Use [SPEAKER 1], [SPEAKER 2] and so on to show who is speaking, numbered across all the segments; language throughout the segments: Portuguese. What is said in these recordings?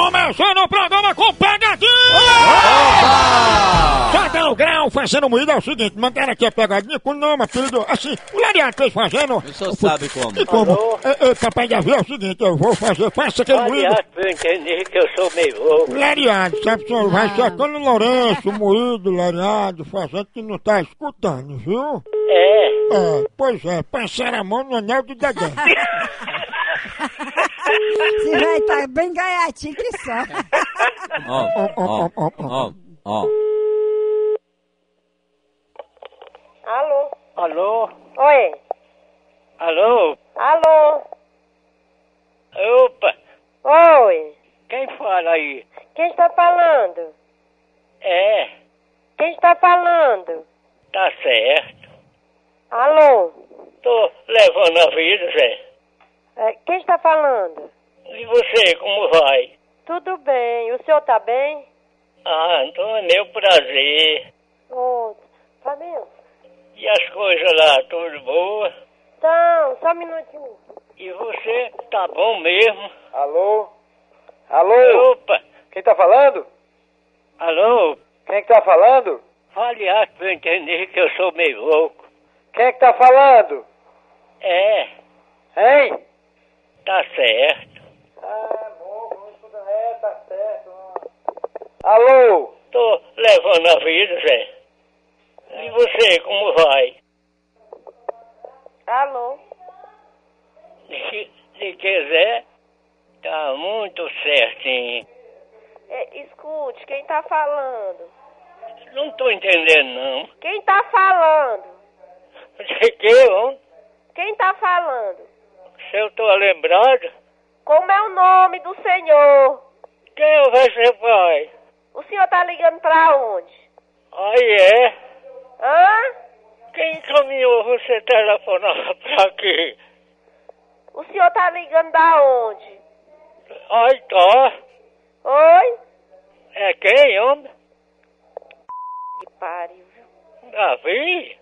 [SPEAKER 1] Começando o programa com pegadinha! Sadão Grau fazendo moída é o seguinte, mandaram aqui a pegadinha com o nome, apelido, assim, o Lariato fez fazendo.
[SPEAKER 2] O senhor sabe como.
[SPEAKER 1] E como?
[SPEAKER 3] Alô?
[SPEAKER 1] Ei, ei, papai Davi, é o seguinte, eu vou fazer, faça aquele moído.
[SPEAKER 3] Aliás, eu entendi que eu sou meio louco.
[SPEAKER 1] Lariado, sabe, senhor? Vai secando o Lourenço, moído, lariado, fazendo que não tá escutando, viu?
[SPEAKER 3] É,
[SPEAKER 1] É, pois é, passaram a mão no anel do Dedé.
[SPEAKER 4] Esse velho tá bem gaiatinho que só.
[SPEAKER 2] Ó, ó, ó, ó, ó.
[SPEAKER 5] Alô?
[SPEAKER 3] alô?
[SPEAKER 5] Oi?
[SPEAKER 3] Alô?
[SPEAKER 5] Alô?
[SPEAKER 3] Opa,
[SPEAKER 5] Oi?
[SPEAKER 3] quem fala aí?
[SPEAKER 5] Quem está falando?
[SPEAKER 3] É,
[SPEAKER 5] Quem está falando?
[SPEAKER 3] tá certo.
[SPEAKER 5] Alô?
[SPEAKER 3] Tô levando a vida, Zé.
[SPEAKER 5] É, quem está falando?
[SPEAKER 3] E você, como vai?
[SPEAKER 5] Tudo bem. O senhor tá bem?
[SPEAKER 3] Ah, então é meu prazer.
[SPEAKER 5] Ô, Flamengo?
[SPEAKER 3] E as coisas lá, tudo boa?
[SPEAKER 5] Então, só um minutinho.
[SPEAKER 3] E você, tá bom mesmo?
[SPEAKER 6] Alô? Alô?
[SPEAKER 3] Opa,
[SPEAKER 6] Quem tá falando?
[SPEAKER 3] alô?
[SPEAKER 6] Quem que tá falando?
[SPEAKER 3] Fale alto pra eu entender que eu sou meio louco.
[SPEAKER 6] Quem que tá falando?
[SPEAKER 3] É,
[SPEAKER 6] Hein?
[SPEAKER 3] tá certo.
[SPEAKER 6] Ah, bom, vamos tudo é, tá certo. Alô?
[SPEAKER 3] Tô levando a vida, Zé. E você, como vai?
[SPEAKER 5] Alô?
[SPEAKER 3] Se, se quiser, tá muito certinho.
[SPEAKER 5] É, escute, quem tá falando?
[SPEAKER 3] Não tô entendendo, não.
[SPEAKER 5] Quem tá falando?
[SPEAKER 3] Sei que, homem,
[SPEAKER 5] Quem tá falando?
[SPEAKER 3] se eu tô lembrado,
[SPEAKER 5] Como é o nome do senhor?
[SPEAKER 3] quem é você pai?
[SPEAKER 5] O senhor tá ligando pra onde?
[SPEAKER 3] Aí é.
[SPEAKER 5] Hã?
[SPEAKER 3] Quem encaminhou você telefonar pra aqui?
[SPEAKER 5] O senhor tá ligando da onde?
[SPEAKER 3] Ai, tá.
[SPEAKER 5] Oi?
[SPEAKER 3] É quem, homem?
[SPEAKER 5] Que pariu, viu?
[SPEAKER 3] Davi?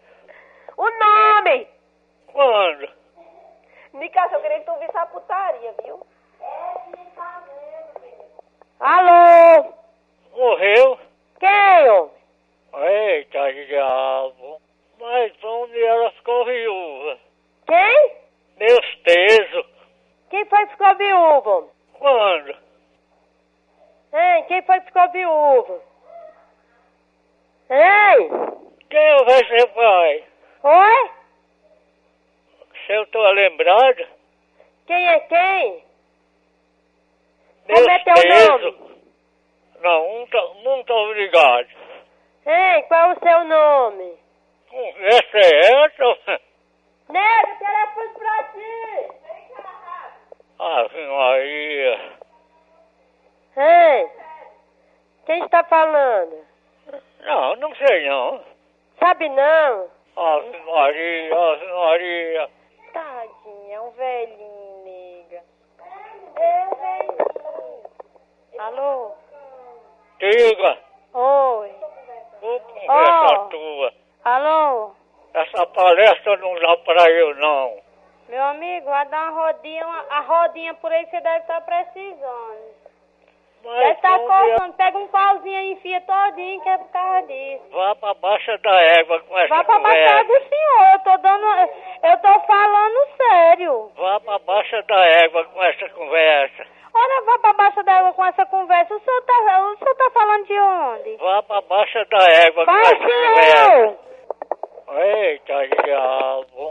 [SPEAKER 5] O nome!
[SPEAKER 3] Quando?
[SPEAKER 5] Nicasso, eu queria que tu visse a putaria, viu? É, tá Alô?
[SPEAKER 3] Morreu?
[SPEAKER 5] Quem, homem?
[SPEAKER 3] Eita, diabo. Mas onde ela ficou viúva?
[SPEAKER 5] Quem?
[SPEAKER 3] Meus pesos.
[SPEAKER 5] Quem foi que ficou viúva, homem?
[SPEAKER 3] Quando?
[SPEAKER 5] Hein? Quem foi que ficou viúva? Hein?
[SPEAKER 3] Quem é você pai?
[SPEAKER 5] Oi?
[SPEAKER 3] Se eu tô lembrado,
[SPEAKER 5] Quem é quem?
[SPEAKER 3] meus
[SPEAKER 5] Como é teu
[SPEAKER 3] pesos. Não, não tô, não tô obrigado.
[SPEAKER 5] Hein? Qual é o seu nome?
[SPEAKER 3] Conversa Um é essa?
[SPEAKER 5] Nego, telefone é pra ti! Vem cá, rápido!
[SPEAKER 3] Ave Maria.
[SPEAKER 5] Hein? Quem está falando?
[SPEAKER 3] Não, não sei não.
[SPEAKER 5] Sabe não?
[SPEAKER 3] Ave Maria, Ave Maria.
[SPEAKER 5] Tadinha, é um velhinho, nega. É um velhinho. Alô?
[SPEAKER 3] Diga,
[SPEAKER 5] Oi.
[SPEAKER 3] ô
[SPEAKER 5] Oh.
[SPEAKER 3] conversa
[SPEAKER 5] Ó.
[SPEAKER 3] tua.
[SPEAKER 5] Alô?
[SPEAKER 3] Essa palestra não dá pra eu não.
[SPEAKER 5] Meu amigo, vai dar uma rodinha, uma- a rodinha por aí que você deve estar precisando. Deve
[SPEAKER 3] Mas
[SPEAKER 5] estar
[SPEAKER 3] onde
[SPEAKER 5] coçando. Pega um pauzinho e enfia todinho que é por causa disso.
[SPEAKER 3] é- Vá pra baixa da égua com essa
[SPEAKER 5] Vai pra
[SPEAKER 3] conversa.
[SPEAKER 5] baixar do senhor, eu tô dando. Eu tô falando sério.
[SPEAKER 3] Vá pra baixa da égua com essa conversa.
[SPEAKER 5] Olha, vai pra baixo d'água com essa conversa. O senhor tá, o senhor tá falando de onde?
[SPEAKER 3] Vá pra baixa da égua com
[SPEAKER 5] Vai,
[SPEAKER 3] essa
[SPEAKER 5] senhor!
[SPEAKER 3] conversa. Eita, diabo.